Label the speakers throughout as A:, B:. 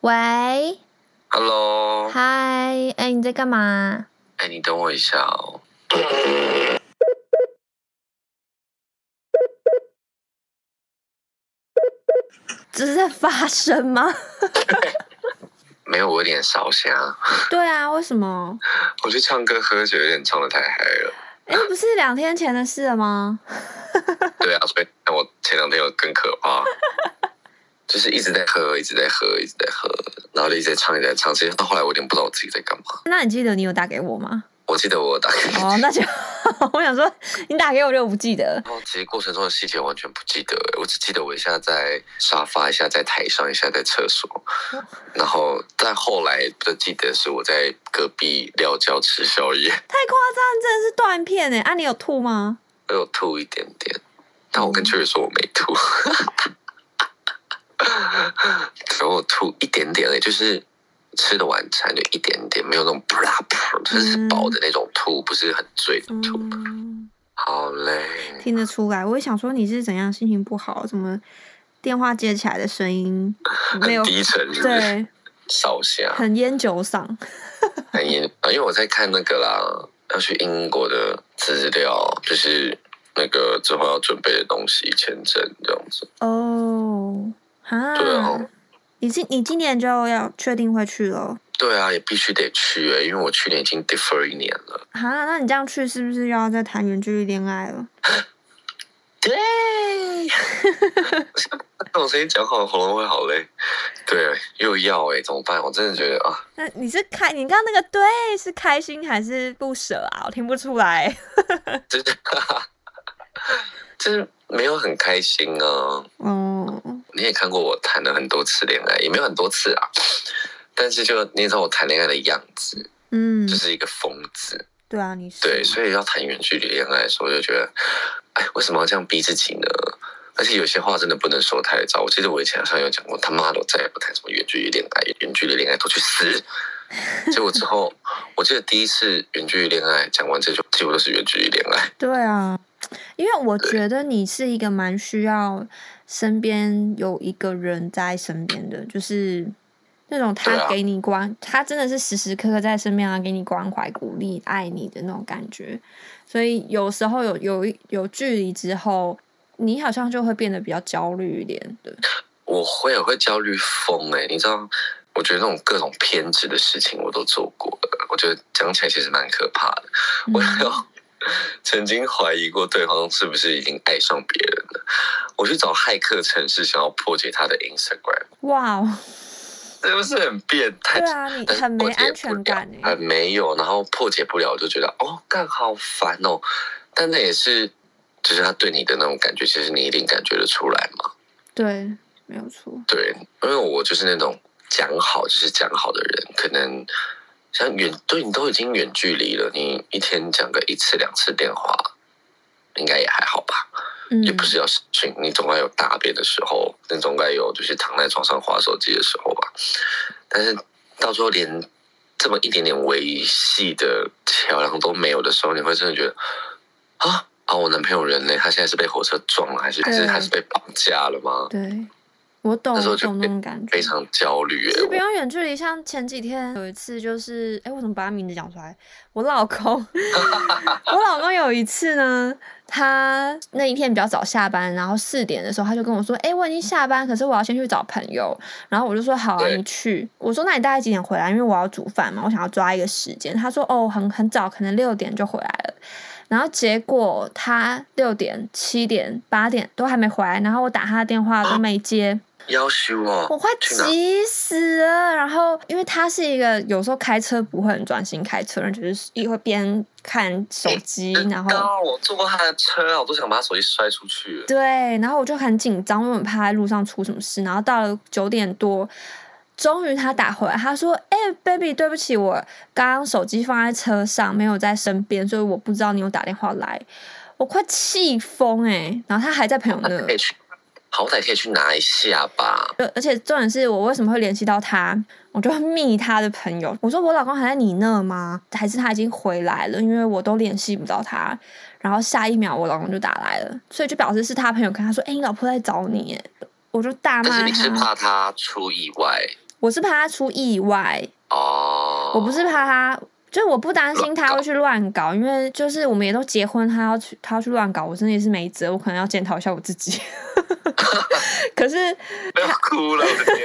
A: 喂，哦
B: Hello，
A: 嗨，哎，你在干嘛？
B: 哎，你等我一下哦。
A: 这是在发声吗？
B: 没有，我有点烧香。
A: 对啊，为什么？
B: 我去唱歌喝酒，有点唱的太嗨了。
A: 哎，不是两天前的事了吗？
B: 对啊，所以我前两天有更可怕， 就是一直在喝，一直在喝，一直在喝，然后就一直在唱，一直在唱。其实到后来我有点不知道我自己在干嘛。
A: 那你记得你有打给我吗？
B: 我记得我打 开，
A: 哦，那就我想说，你打给我就不记得。
B: 然后其实过程中的细节完全不记得，我只记得我一下在沙发，一下在台上，一下在厕所，然后再后来就记得是我在隔壁撂跤吃宵夜。
A: 太夸张，真的是断片哎！啊，你有吐吗？
B: 我有吐一点点，但
A: 嗯
B: 我跟秋雨说我没吐， 然后我吐一点点而已，就是吃的晚餐就一点点，没有那种啪啦啪，就是
A: 嗯
B: 饱的那种吐，不是很醉的吐。
A: 嗯，
B: 好嘞，
A: 听得出来。我也想说你是怎样心情不好，怎么电话接起来的声音没有
B: 很？低沉是不是？
A: 对，
B: 烧香，
A: 很烟酒嗓。
B: 很严。啊因为我在看那个啦，要去英国的资料，就是那个之后要准备的东西，签证这样子。
A: 哦，哈，
B: 对啊
A: 你今你今年就要确定会去了
B: 对啊，也必须得去、欸，因为我去年已经 defer 一年了。
A: 哈？那你这样去是不是又要再谈远距离恋爱了？
B: 对，这种声音讲好，喉咙会好累。对，又要哎、怎么办？我真的觉得啊，
A: 那你是开你刚刚那个对是开心还是不舍啊？我听不出来。
B: 真的，就是没有很开心啊。
A: 哦，
B: 你也看过我谈了很多次恋爱，也没有很多次啊，但是就你也知道我谈恋爱的样子，
A: 嗯
B: 就，是一个疯子。
A: 对啊，你是
B: 对，所以要谈远距离恋爱的时候，我就觉得，哎，为什么要这样逼自己呢？而且有些话真的不能说太早。我记得我以前好像有讲过，他妈的，我再也不谈什么远距离恋爱，远距离恋爱都去死。结果之后，我记得第一次远距离恋爱讲完这句，几乎都是远距离恋爱。
A: 对啊，因为我觉得你是一个蛮需要身边有一个人在身边的，就是那种
B: 对
A: 他
B: 啊
A: 给你关，他真的是时时刻刻在身边啊，给你关怀、鼓励、爱你的那种感觉。所以有时候有有一有距离之后，你好像就会变得比较焦虑一点的。
B: 我会我会焦虑疯哎、你知道？我觉得那种各种偏执的事情我都做过了，我觉得讲起来其实蛮可怕的。
A: 嗯
B: 我有曾经怀疑过对方是不是已经爱上别人了。我去找骇客城市，想要破解他的 Instagram，
A: 哇哦，
B: 是不是很变态？
A: 对啊，你
B: 但是
A: 很没
B: 破解
A: 安全感
B: 不了
A: 哎、
B: 很没有，然后破解不了，就觉得哦，干好烦哦。但那也是，就是他对你的那种感觉，其实你一定感觉得出来嘛。
A: 对，没有错，
B: 对，因为我就是那种讲好就是讲好的人，可能像远对你都已经远距离了，你一天讲个一次两次电话，应该也还好吧。
A: 嗯，
B: 也不是要视讯，你总该有大便的时候，你总该有就是躺在床上划手机的时候吧。但是到时候连这么一点点维系的桥梁都没有的时候，你会真的觉得啊啊，我男朋友人呢？他现在是被火车撞了，还是还是
A: 对
B: 还是被绑架了吗？
A: 对，我懂，
B: 那时候
A: 我
B: 就
A: 懂那
B: 非
A: 种感觉，
B: 非常焦虑、
A: 其
B: 欸。
A: 实不
B: 我
A: 用远距离，像前几天有一次，就是哎、诶我怎么把他名字讲出来？我老 公，我老公有一次呢，他那一天比较早下班，然后四点的时候他就跟我说：“哎、我已经下班，可是我要先去找朋友。”然后我就说：“好啊，
B: 对
A: 你去。”我说：“那你大概几点回来？因为我要煮饭嘛，我想要抓一个时间。”他说：“哦，很很早，可能六点就回来了。”然后结果他六点、七点、八点都还没回来，然后我打他的电话都没接。
B: 要求哦，
A: 我快
B: 去哪
A: 急死了。然后，因为他是一个有时候开车不会很专心开车的人，就是一会边看手机，然
B: 知
A: 后
B: 道我坐过他的车啊，我都想把手机摔出去了。
A: 对，然后我就很紧张，因为我很怕在路上出什么事。然后到了九点多。终于他打回来，他说：“哎、b a b y 对不起，我刚刚手机放在车上，没有在身边，所以我不知道你有打电话来，我快气疯哎、然后他还在朋友那，
B: 可以去，好歹可以去拿一下吧。
A: 就而且重点是我为什么会联系到他，我就密他的朋友，我说我老公还在你那吗？还是他已经回来了？因为我都联系不到他。然后下一秒我老公就打来了，所以就表示是他朋友跟他说：“哎、你老婆在找你。”耶。我就大
B: 但是
A: 骂
B: 你是
A: 他。
B: 怕他出意外，
A: 我是怕他出意外，
B: 哦，
A: 我不是怕他，就是我不担心他会去乱搞，因为就是我们也都结婚，他要去他要去乱搞，我真的也是没辙，我可能要检讨一下我自己。 可是
B: 不要哭了，我的天，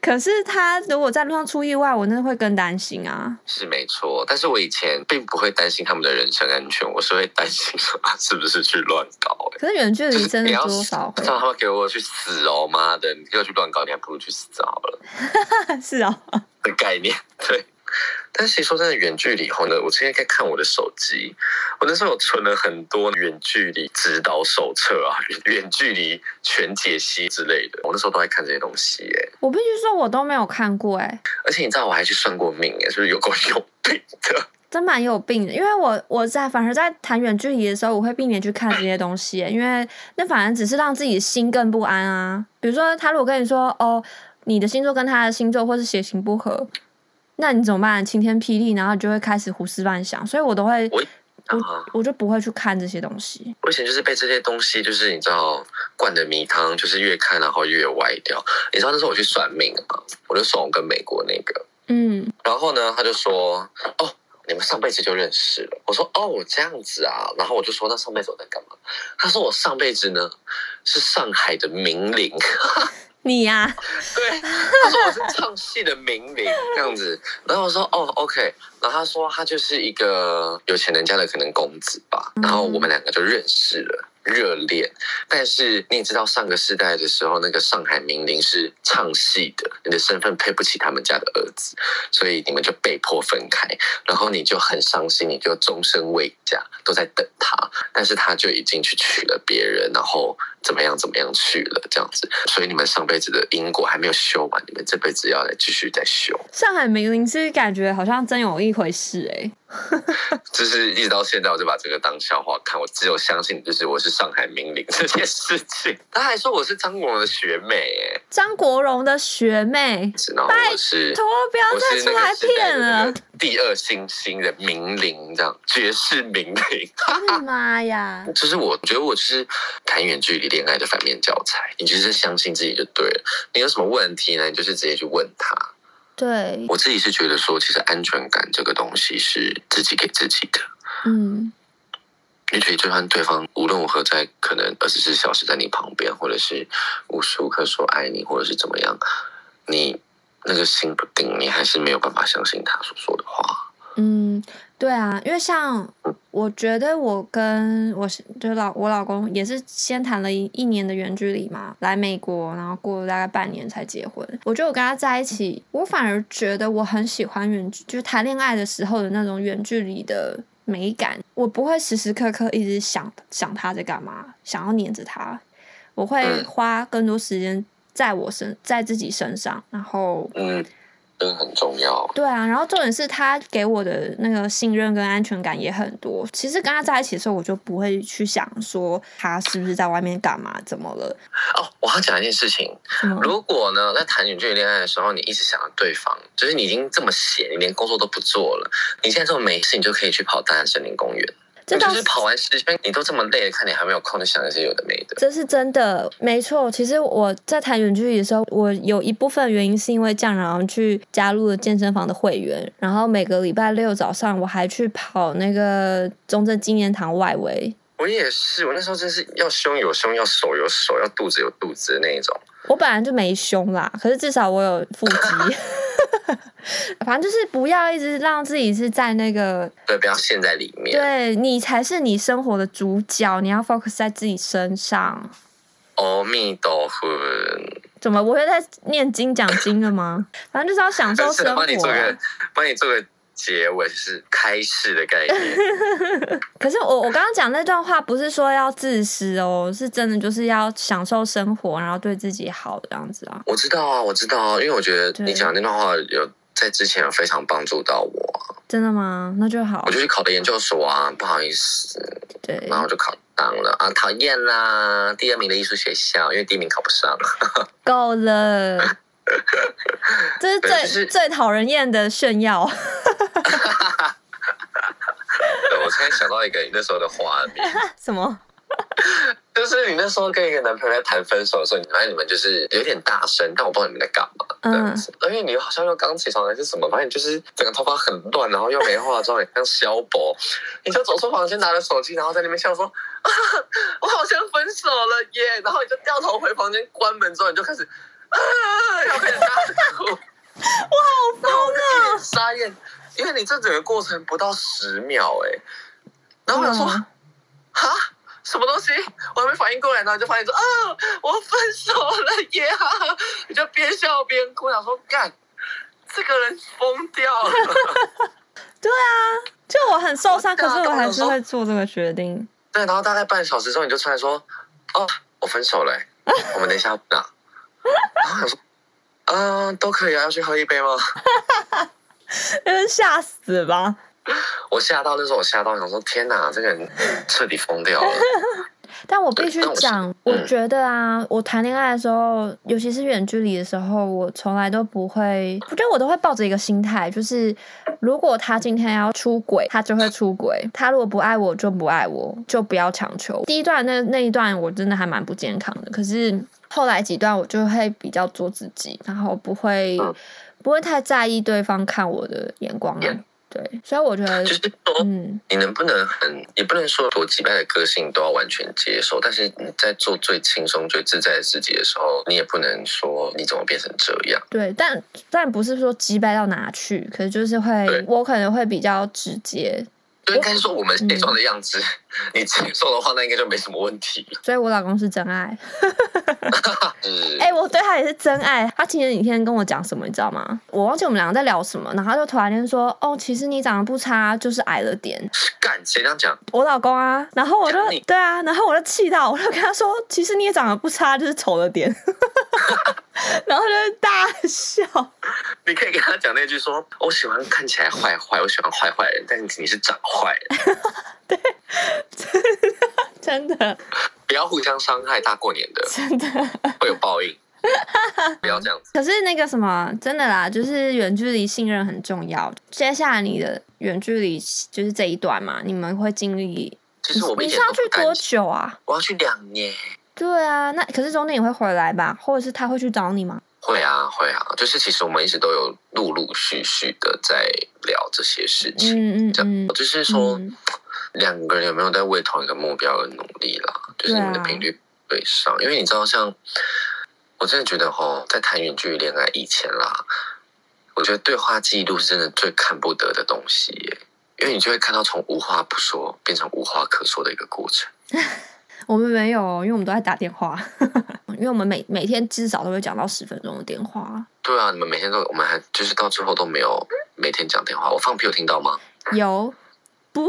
A: 可是他如果在路上出意外，我那会更担心啊。
B: 是没错。但是我以前并不会担心他们的人身安全，我是会担心说 他是不是去乱 搞、欸。
A: 可是远距离
B: 就是
A: 真的
B: 你要
A: 多少会
B: 让他们给我去死哦，妈的！你给我去乱搞，你还不如去死好了。
A: 是啊、
B: 的概念，对。但是说真的，远距离后呢，我之前在看我的手机，我那时候有存了很多远距离指导手册啊，远远距离全解析之类的，我那时候都在看这些东西耶、
A: 我必须说我都没有看过哎、
B: 而且你知道，我还去算过命耶、是不是有够有病的？
A: 真蛮有病的，因为我我在反而在谈远距离的时候，我会避免去看这些东西，哎因为那反而只是让自己心更不安啊。比如说，他如果跟你说哦，你的星座跟他的星座或是血型不合，那你怎么办？晴天霹雳，然后你就会开始胡思乱想，所以我都会，
B: 我
A: 我
B: 啊
A: 我就不会去看这些东西。
B: 我以前就是被这些东西，就是你知道灌的迷汤，就是越看然后越歪掉。你知道那时候我去算命啊，我就算我跟美国那个，
A: 嗯，
B: 然后呢，他就说：“哦，你们上辈子就认识了。”我说：“哦，这样子啊。”然后我就说：“那上辈子我在干嘛？”他说：“我上辈子呢是上海的名伶。
A: 你呀、”
B: 对，他说我是唱戏的名伶这样 子。然后我说：“哦，OK。”然后他说他就是一个有钱人家的可能公子吧。嗯然后我们两个就认识了。热恋，但是你也知道，上个世代的时候，那个上海名伶是唱戏的，你的身份配不起他们家的儿子。所以你们就被迫分开，然后你就很伤心，你就终身未嫁，都在等他，但是他就已经去娶了别人，然后怎么样怎么样去了这样子，所以你们上辈子的因果还没有修完，你们这辈子要来继续再修，
A: 上海名伶是感觉好像真有一回事哎、
B: 就是一直到现在，我就把这个当笑话看，我只有相信就是我是上海名伶这件事情。他还说我是张国荣的学妹、欸，
A: 张国荣的学妹，
B: 然后我是
A: 托不要
B: 我
A: 再
B: 是
A: 出
B: 那
A: 来
B: 个时代
A: 骗
B: 的那
A: 了
B: 个，第二星星的名伶，这样绝世名伶。
A: 我的妈哎呀！
B: 就是我觉得我就是谈远距离恋爱的反面教材，你就是相信自己就对了。你有什么问题呢？你就是直接去问他。
A: 对，
B: 我自己是觉得说，其实安全感这个东西是自己给自己的。
A: 嗯。
B: 你觉得就算对方无论如何在可能二十四小时在你旁边，或者是无时无刻说爱你，或者是怎么样，你那个心不定，你还是没有办法相信他所说的话。
A: 嗯，对啊，因为像我觉得我跟我是就老我老公也是先谈了一一年的远距离嘛，来美国，然后过了大概半年才结婚。我觉得我跟他在一起，我反而觉得我很喜欢远距，就是谈恋爱的时候的那种远距离的美感。我不会时时刻刻一直想想他在干嘛，想要黏着他，我会
B: 嗯
A: 花更多时间在我身在自己身上，然后
B: 嗯，真的很重要。
A: 对啊，然后重点是他给我的那个信任跟安全感也很多。其实跟他在一起的时候，我就不会去想说他是不是在外面干嘛，怎么了，
B: 哦，我要讲一件事情，
A: 什么
B: 如果呢，在谈远距离恋爱的时候，你一直想着对方，就是你已经这么闲，你连工作都不做了，你现在这么没事，你就可以去跑大安森林公园。
A: 这
B: 你就
A: 倒
B: 是跑完十圈，你都这么累了，看你还没有空去想一些有的没的。
A: 这是真的，没错。其实我在谈远距离的时候，我有一部分原因是因为这样，然后去加入了健身房的会员，然后每个礼拜六早上我还去跑那个中正纪念堂外围。
B: 我也是，我那时候真是要胸有胸，要手有手，要肚子有肚子的那一种。
A: 我本来就没胸啦，可是至少我有腹肌。 反正就是不要一直让自己是在那个
B: 对，不要陷在里面。
A: 对你才是你生活的主角，你要 focus 在自己身上。
B: 阿弥陀佛，
A: 怎么？我又在念经讲经了吗？反正就是要享受
B: 但
A: 生
B: 是
A: 活
B: 帮你做
A: 啊
B: 个。， 帮你做个结尾，就是开示的概 念。
A: 可是我我刚刚讲那段话不是说要自私哦，是真的就是要享受生活，然后对自己好这样子啊。
B: 我知道啊，我知道啊，因为我觉得
A: 对
B: 你讲的那段话有在之前有非常帮助到我啊。
A: 真的吗？那就好
B: 我。就去考的研究所啊，不好意思，
A: 对
B: 然，后就考上了啊，讨厌啦！第二名的艺术学校，因为第一名考不上。
A: 够 了。这是
B: 对
A: 最、
B: 就是
A: 最讨人厌的炫耀。
B: 对我突然想到一个你那时候的画面，
A: 什么？
B: 就就是你那时候跟一个男朋友在谈分手的时候，你发现你们就是有点大声，但我不知道你们在干嘛这
A: 嗯
B: 样子。而且你好像又刚起床还是什么，反正你就是整个头发很乱，然后又没化妆，也像萧伯。你就走出房间拿着手机，然后在那边笑说：“啊，我好像分手了耶！”然后你就掉头回房间，关门之后你就开始啊，要开始大哭。
A: 好
B: 然
A: 疯啊
B: 后我就一脸傻眼，因为你这整个过程不到十秒哎、然后我想说，
A: 嗯
B: 哈、什么东西？我还没反应过来，然后就发现说，啊，我分手了耶！ 哈哈你就边笑边哭，想说干，这个人疯掉了。
A: 就我很受伤，可
B: 对啊
A: 是我还是
B: 跟我
A: 会做这个决定。
B: 对，然后大概半小时之后，你就出来说，哦，我分手了欸、我们等一下要去哪？然后我想说，嗯、都可以啊，要去喝一杯吗？
A: 嗯，吓死吧！
B: 我吓到，那时候我吓到，想说天哪，这个人彻底疯掉了。
A: 但我必须
B: 对但我是嗯
A: 讲，我觉得啊，我谈恋爱的时候，尤其是远距离的时候，我从来都不会，我觉得我都会抱着一个心态，就是如果他今天要出轨，他就会出轨；他如果不爱我，就不爱我，就不要强求。第一段那那一段，我真的还蛮不健康的，可是后来几段我就会比较做自己，然后不会、
B: 嗯
A: 不会太在意对方看我的眼光啊。
B: 嗯
A: 对，所以我觉得
B: 就，是说，
A: 嗯，
B: 你能不能很，也不能说多击败的个性都要完全接受，但是你在做最轻松、最自在的自己的时候，你也不能说你怎么变成这样。
A: 对，但但不是说击败到哪去，可是就是会
B: 对，
A: 我可能会比较直接，
B: 就应该是说我们现状的样子，
A: 嗯
B: 你接受的话，那应该就没什么问题 了。
A: 所以我老公是真爱。
B: 是
A: 哎、我对他也是真爱。他前几天跟我讲什么，你知道吗？我忘记我们两个在聊什么，然后他就突然间说：“哦，其实你长得不差，就是矮了点。
B: 干谁这样讲？”
A: 我老公啊，然后我就
B: 讲你
A: 对啊，然后我就气到，我就跟他说：“其实你也长得不差，就是丑了点。” 然后就是大笑。
B: 你可以跟他讲那句说：“哦我喜欢看起来坏坏，我喜欢坏坏人，但是你是长坏人，
A: 真的，
B: 不要互相伤害。大过年的
A: 真的，
B: 会有报 应，不要这样子。
A: 可是那个什么，真的啦，就是远距离信任很重要。接下来你的远距离就是这一段嘛，你们会经历，
B: 其实我们
A: 你
B: 一
A: 是
B: 点
A: 要
B: 都
A: 去
B: 不
A: 多
B: 担心，
A: 久啊？
B: 我要去两年。”
A: 对啊，那可是中间你会回来吧，或者是他会去找 你吗？
B: 会啊，会啊，就是其实我们一直都有陆陆续续的在聊这些事情，
A: 嗯嗯
B: 这样
A: 嗯，
B: 就是说、
A: 嗯
B: 两个人有没有在为同一个目标而努力啦，就是
A: 对
B: 你
A: 啊
B: 们的频率对上，因为你知道像，我真的觉得哈，在谈远距离恋爱以前啦，我觉得对话记录是真的最看不得的东西耶，因为你就会看到从无话不说变成无话可说的一个过程。
A: 我们没有，哦因为我们都在打电话， 因为我们每每天至少都会讲到十分钟的电话。
B: 对啊，你们每天都，我们还就是到最后都没有每天讲电话，我放屁有听到吗？
A: 有 不？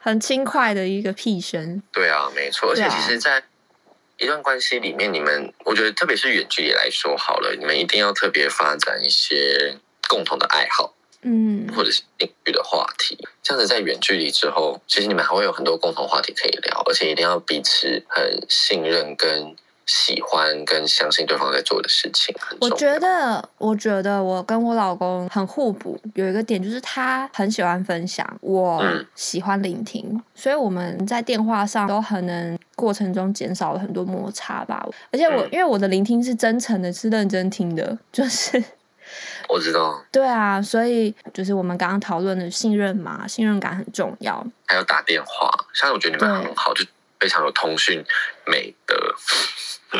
A: 很轻快的一个屁声，
B: 对啊，没错，而
A: 对
B: 且
A: 啊
B: 其实，在一段关系里面，你们我觉得特别是远距离来说好了，你们一定要特别发展一些共同的爱好
A: 嗯，
B: 或者是兴趣的话题。这样子在远距离之后，其实你们还会有很多共同话题可以聊，而且一定要彼此很信任跟。喜欢跟相信对方在做的事情很
A: 我
B: 重要。
A: 觉得，我觉得我跟我老公很互补，有一个点就是他很喜欢分享，我
B: 嗯
A: 喜欢聆听，所以我们在电话上都很能过程中减少了很多摩擦吧。而且我、
B: 嗯
A: 因为我的聆听是真诚的，是认真听的， 就是
B: 我知道，
A: 对啊，所以就是我们刚刚讨论的信任嘛，信任感很重要。
B: 还有打电话，像我觉得你们
A: 对
B: 很好，就非常有通讯美德。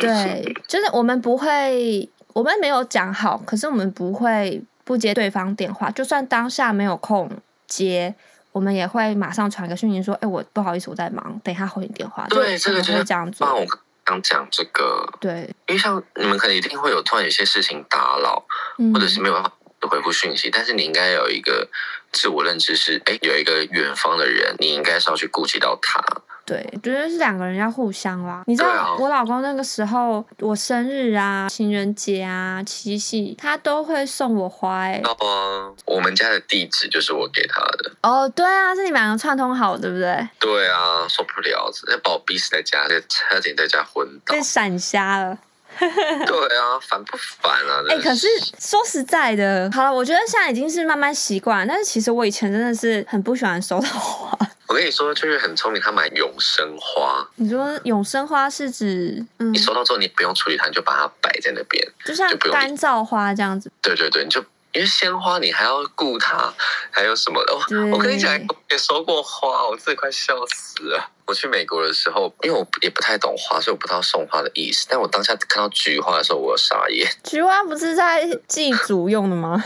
A: 对，就是我们不会，我们没有讲好，可是我们不会不接对方电话，就算当下没有空接，我们也会马上传个讯息说：“哎、我不好意思，我在忙，等一下回你电话。”
B: 对
A: 就
B: 这
A: 我
B: 个
A: 们
B: 就
A: 会
B: 是
A: 这样
B: 那我
A: 做。
B: 刚讲这个
A: 对，
B: 因为像你们可能一定会有突然有些事情打扰，
A: 嗯
B: 或者是没有办法回复讯息，但是你应该有一个自我认知是，哎，有一个远方的人，你应该是要去顾及到他。
A: 对，觉得是两个人要互相啦。你知道、
B: 对啊
A: 我老公那个时候，我生日啊、情人节啊、七夕，他都会送我花、欸。
B: 那么我们家的地址就是我给他的。
A: 哦对啊，是你们两个串通好的，对不对？
B: 对啊，受不了，那把我逼死在家，差点在家昏倒
A: 被。闪瞎了。
B: 对啊，烦不烦啊？
A: 哎、
B: 真的
A: 可是说实在的，好了，我觉得现在已经是慢慢习惯，但是其实我以前真的是很不喜欢收到花，
B: 我跟你说，就是很聪明，他买永生花，
A: 你说永生花是指，嗯
B: 你，收到之后你不用处理它，你就把它摆在那边。
A: 就像
B: 就不用理
A: 干燥花这样子，
B: 对对对，你就因为鲜花你还要顾它，还有什么的。哦
A: 对
B: 我跟你讲，我也收过花，我自己快笑死了。我去美国的时候，因为我也不太懂花，所以我不知道送花的意思。但我当下看到菊花的时候，我有傻眼，
A: 菊花不是在祭祖用的吗？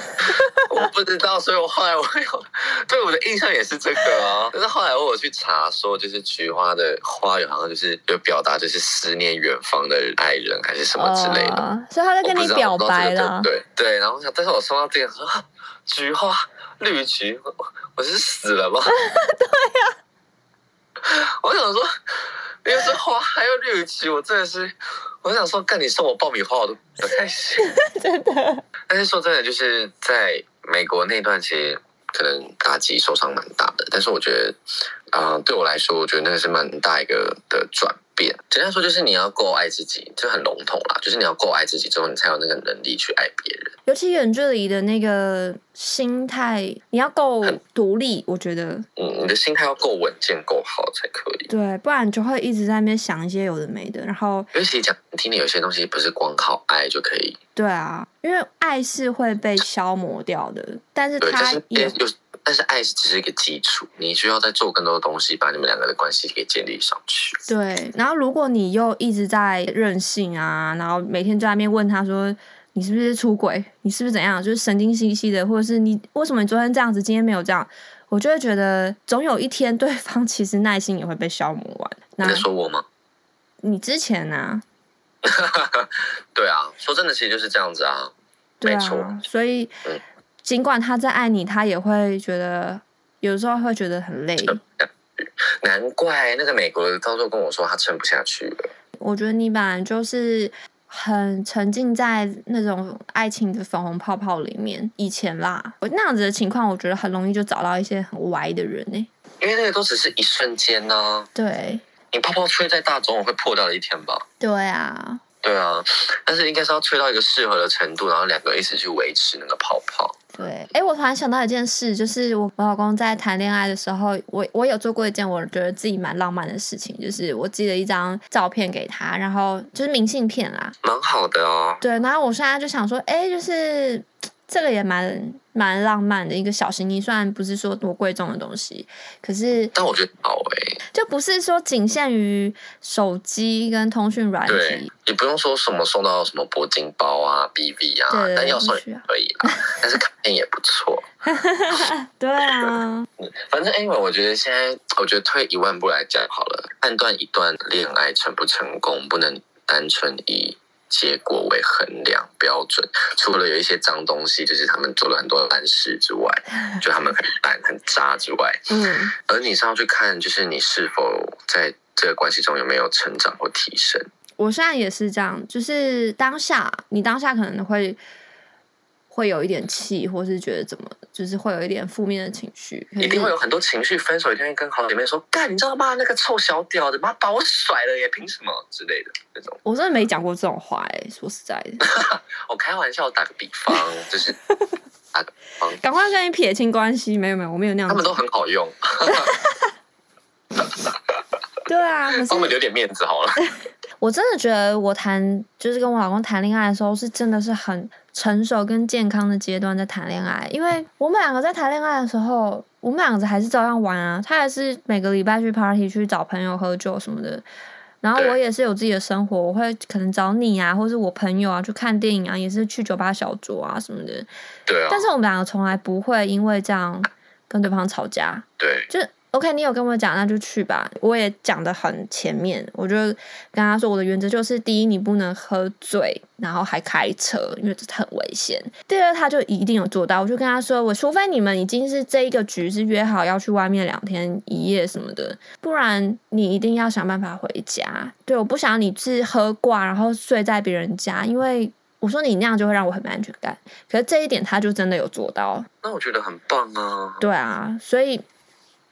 B: 我不知道，所以我后来我有对我的印象也是这个啊。但是后来我有去查说，就是菊花的花语好像就是有表达就是思念远方的爱人还是什么之类的。
A: 呃所以他在跟
B: 我
A: 你
B: 不知道
A: 表
B: 我不知道
A: 白
B: 这个
A: 了。
B: 对对对，然后我想，但是我收到这个 说啊菊花绿菊，我我是死了吗？ 对呀、我想说，又是花还有绿菊，我真的是，我想说，干你送我爆米花，我都不开心。
A: 真的，
B: 但是说真的，就是在美国那段，其实可能打击受伤蛮大的。但是我觉得，啊、对我来说，我觉得那个是蛮大一个的转变。简单说，就是你要够爱自己，这很笼统啦。就是你要够爱自己之后，你才有那个能力去爱别人。
A: 尤其远距离的那个心态，你要够独立，我觉得
B: 嗯，你的心态要够稳健、够好才可以。
A: 对，不然你就会一直在那边想一些有的没的，然后
B: 因为其实讲听你有些东西不是光靠爱就可以，
A: 对啊，因为爱是会被消磨掉的，但是
B: 对，但
A: 它
B: 是
A: 也
B: 有，但是爱是只是一个基础，你需要再做更多的东西，把你们两个的关系给建立上去。
A: 对，然后如果你又一直在任性啊，然后每天在那边问他说你是不是出轨，你是不是怎样，就是神经兮兮的，或者是你为什么你昨天这样子，今天没有这样，我就会觉得总有一天对方其实耐心也会被消磨完。
B: 你
A: 那
B: 在说我吗？
A: 你之前呢、啊？
B: 对啊，说真的，其实就是这样子啊。
A: 对
B: 没错
A: 啊，所以
B: 嗯
A: 尽管他在爱你，他也会觉得有时候会觉得很累。
B: 难怪那个美国的到时候跟我说他撑不下去了。
A: 我觉得你本来就是很沉浸在那种爱情的粉红泡泡里面。以前啦，我那样子的情况，我觉得很容易就找到一些很歪的人呢、欸
B: 因为那个都只是一瞬间呢、
A: 对，
B: 你泡泡吹在大总我会破掉的一天吧？
A: 对啊，
B: 对啊，但是应该是要吹到一个适合的程度，然后两个一起去维持那个泡泡。
A: 对。哎、我突然想到一件事，就是我我老公在谈恋爱的时候，我我有做过一件我觉得自己蛮浪漫的事情，就是我寄了一张照片给他，然后就是明信片啦，
B: 蛮好的哦。
A: 对，然后我现在就想说，哎，就是这个也蛮蛮浪漫的一个小心意，虽然不是说多贵重的东西，可是
B: 但我觉得好哎、
A: 就不是说仅限于手机跟通讯软
B: 对
A: 体。，
B: 也不用说什么送到什么铂金包啊、BV 啊
A: 对，
B: 但要送
A: 不需
B: 也
A: 要
B: 可以啦，但是卡片也不错。
A: 对啊，
B: 反正 anyway，我觉得现在，我觉得退一万步来讲好了，判断一段恋爱成不成功，不能单纯以结果为衡量标准。除了有一些脏东西，就是他们做了很多烂事之外，就他们很烂、很渣之外，
A: 嗯，
B: 而你是要去看，就是你是否在这个关系中有没有成长或提升。
A: 我现在也是这样，就是当下你当下可能会会有一点气，或是觉得怎么，就是会有一点负面的情绪，可
B: 一
A: 是
B: 定会有很多情绪，分手一定会跟好姐妹说：“干，你知道吗？那个臭小屌的，妈把我甩了耶，凭什么之类的那种。
A: 我真的没讲过这种话、哎，说实在的，”
B: 我开玩笑，打个比方，就是打个比方，
A: 赶快跟你撇清关系。没有没有，我没有那样
B: 他
A: 子。
B: 们都很好用，
A: 对啊，可
B: 帮我
A: 是
B: 们留点面子好了。
A: 我真的觉得我谈就是跟我老公谈恋爱的时候，是真的是很成熟跟健康的阶段在谈恋爱，因为我们两个在谈恋爱的时候，我们两个还是照样玩啊，他还是每个礼拜去 party 去找朋友喝酒什么的。然后
B: 对
A: 我也是有自己的生活，我会可能找你啊，或是我朋友啊去看电影啊，也是去酒吧小酌啊什么的。
B: 对啊，
A: 但是我们两个从来不会因为这样跟对方吵架。
B: 对，
A: 就 OK，你有跟我讲，那就去吧。我也讲的很前面，我就跟他说我的原则就是：第一，你不能喝醉，然后还开车，因为这很危险；第二，他就一定有做到。我就跟他说，我除非你们已经是这一个局是约好要去外面两天一夜什么的，不然你一定要想办法回家。对，我不想你是喝挂然后睡在别人家，因为我说你那样就会让我很没安全感。可是这一点他就真的有做到，
B: 那我觉得很棒啊。
A: 对啊，所以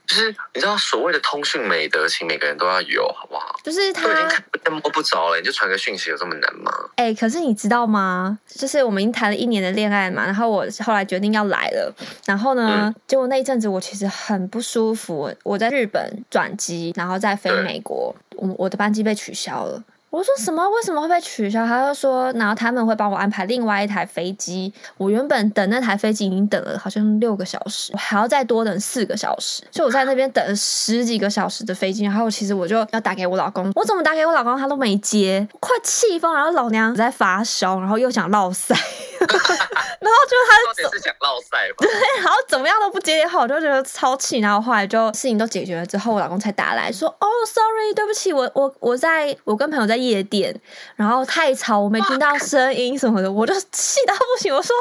B: 就是你知道所谓的通讯美德，请每个人都要有，好不好？
A: 就是
B: 都已经
A: 他
B: 看不见摸不着了，你就传个讯息有这么难吗？
A: 哎、可是你知道吗？就是我们已经谈了一年的恋爱嘛，然后我后来决定要来了，然后呢，
B: 嗯
A: 结果那一阵子我其实很不舒服，我在日本转机，然后再飞
B: 对
A: 美国，我我的班机被取消了。我说什么？为什么会被取消？他就说，然后他们会帮我安排另外一台飞机。我原本等那台飞机已经等了好像六个小时，我还要再多等四个小时，所以我在那边等了十几个小时的飞机。然后其实我就要打给我老公，我怎么打给我老公他都没接，快气疯。然后老娘在发烧，然后又想落塞， 然后就他
B: 到底是想落赛吧？
A: 然后怎么样都不接电话，我就觉得超气。然后后来就事情都解决了之后，我老公才打来说：“哦，sorry，对不起，我我我在我跟朋友在夜店，然后太吵，我没听到声音什么的。”我就气到不行，我说。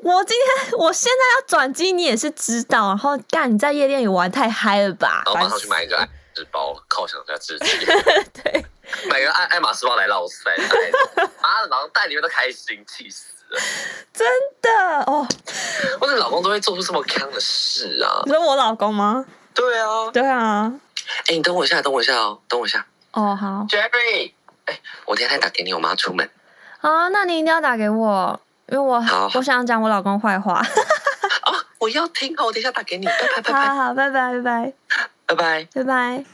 A: 我今天我现在要转机，你也是知道，然后干你在夜店也玩太嗨了吧？
B: 然后马
A: 烦
B: 上
A: 死
B: 哦去买一个爱马仕包犒赏一下自己，
A: 对，
B: 买个爱爱马仕包来落赛，哎 妈的，然后带你们都开心，气死了！
A: 真的哦，
B: 我的老公都会做出这么坑的事啊！
A: 你说我老公吗？
B: 对啊，
A: 对啊，
B: 哎，你等我一下，等我一下哦，等我一下
A: 哦好
B: ，Jerry，哎，我等一下再打给你，我妈出门。
A: 啊，那你一定要打给我，因为我
B: 好
A: 我想讲我老公坏 话。
B: 哦啊，我要听哦，我等一下打给你，拜拜
A: 好
B: 拜拜
A: 好，拜拜拜拜
B: 拜拜。
A: 拜拜。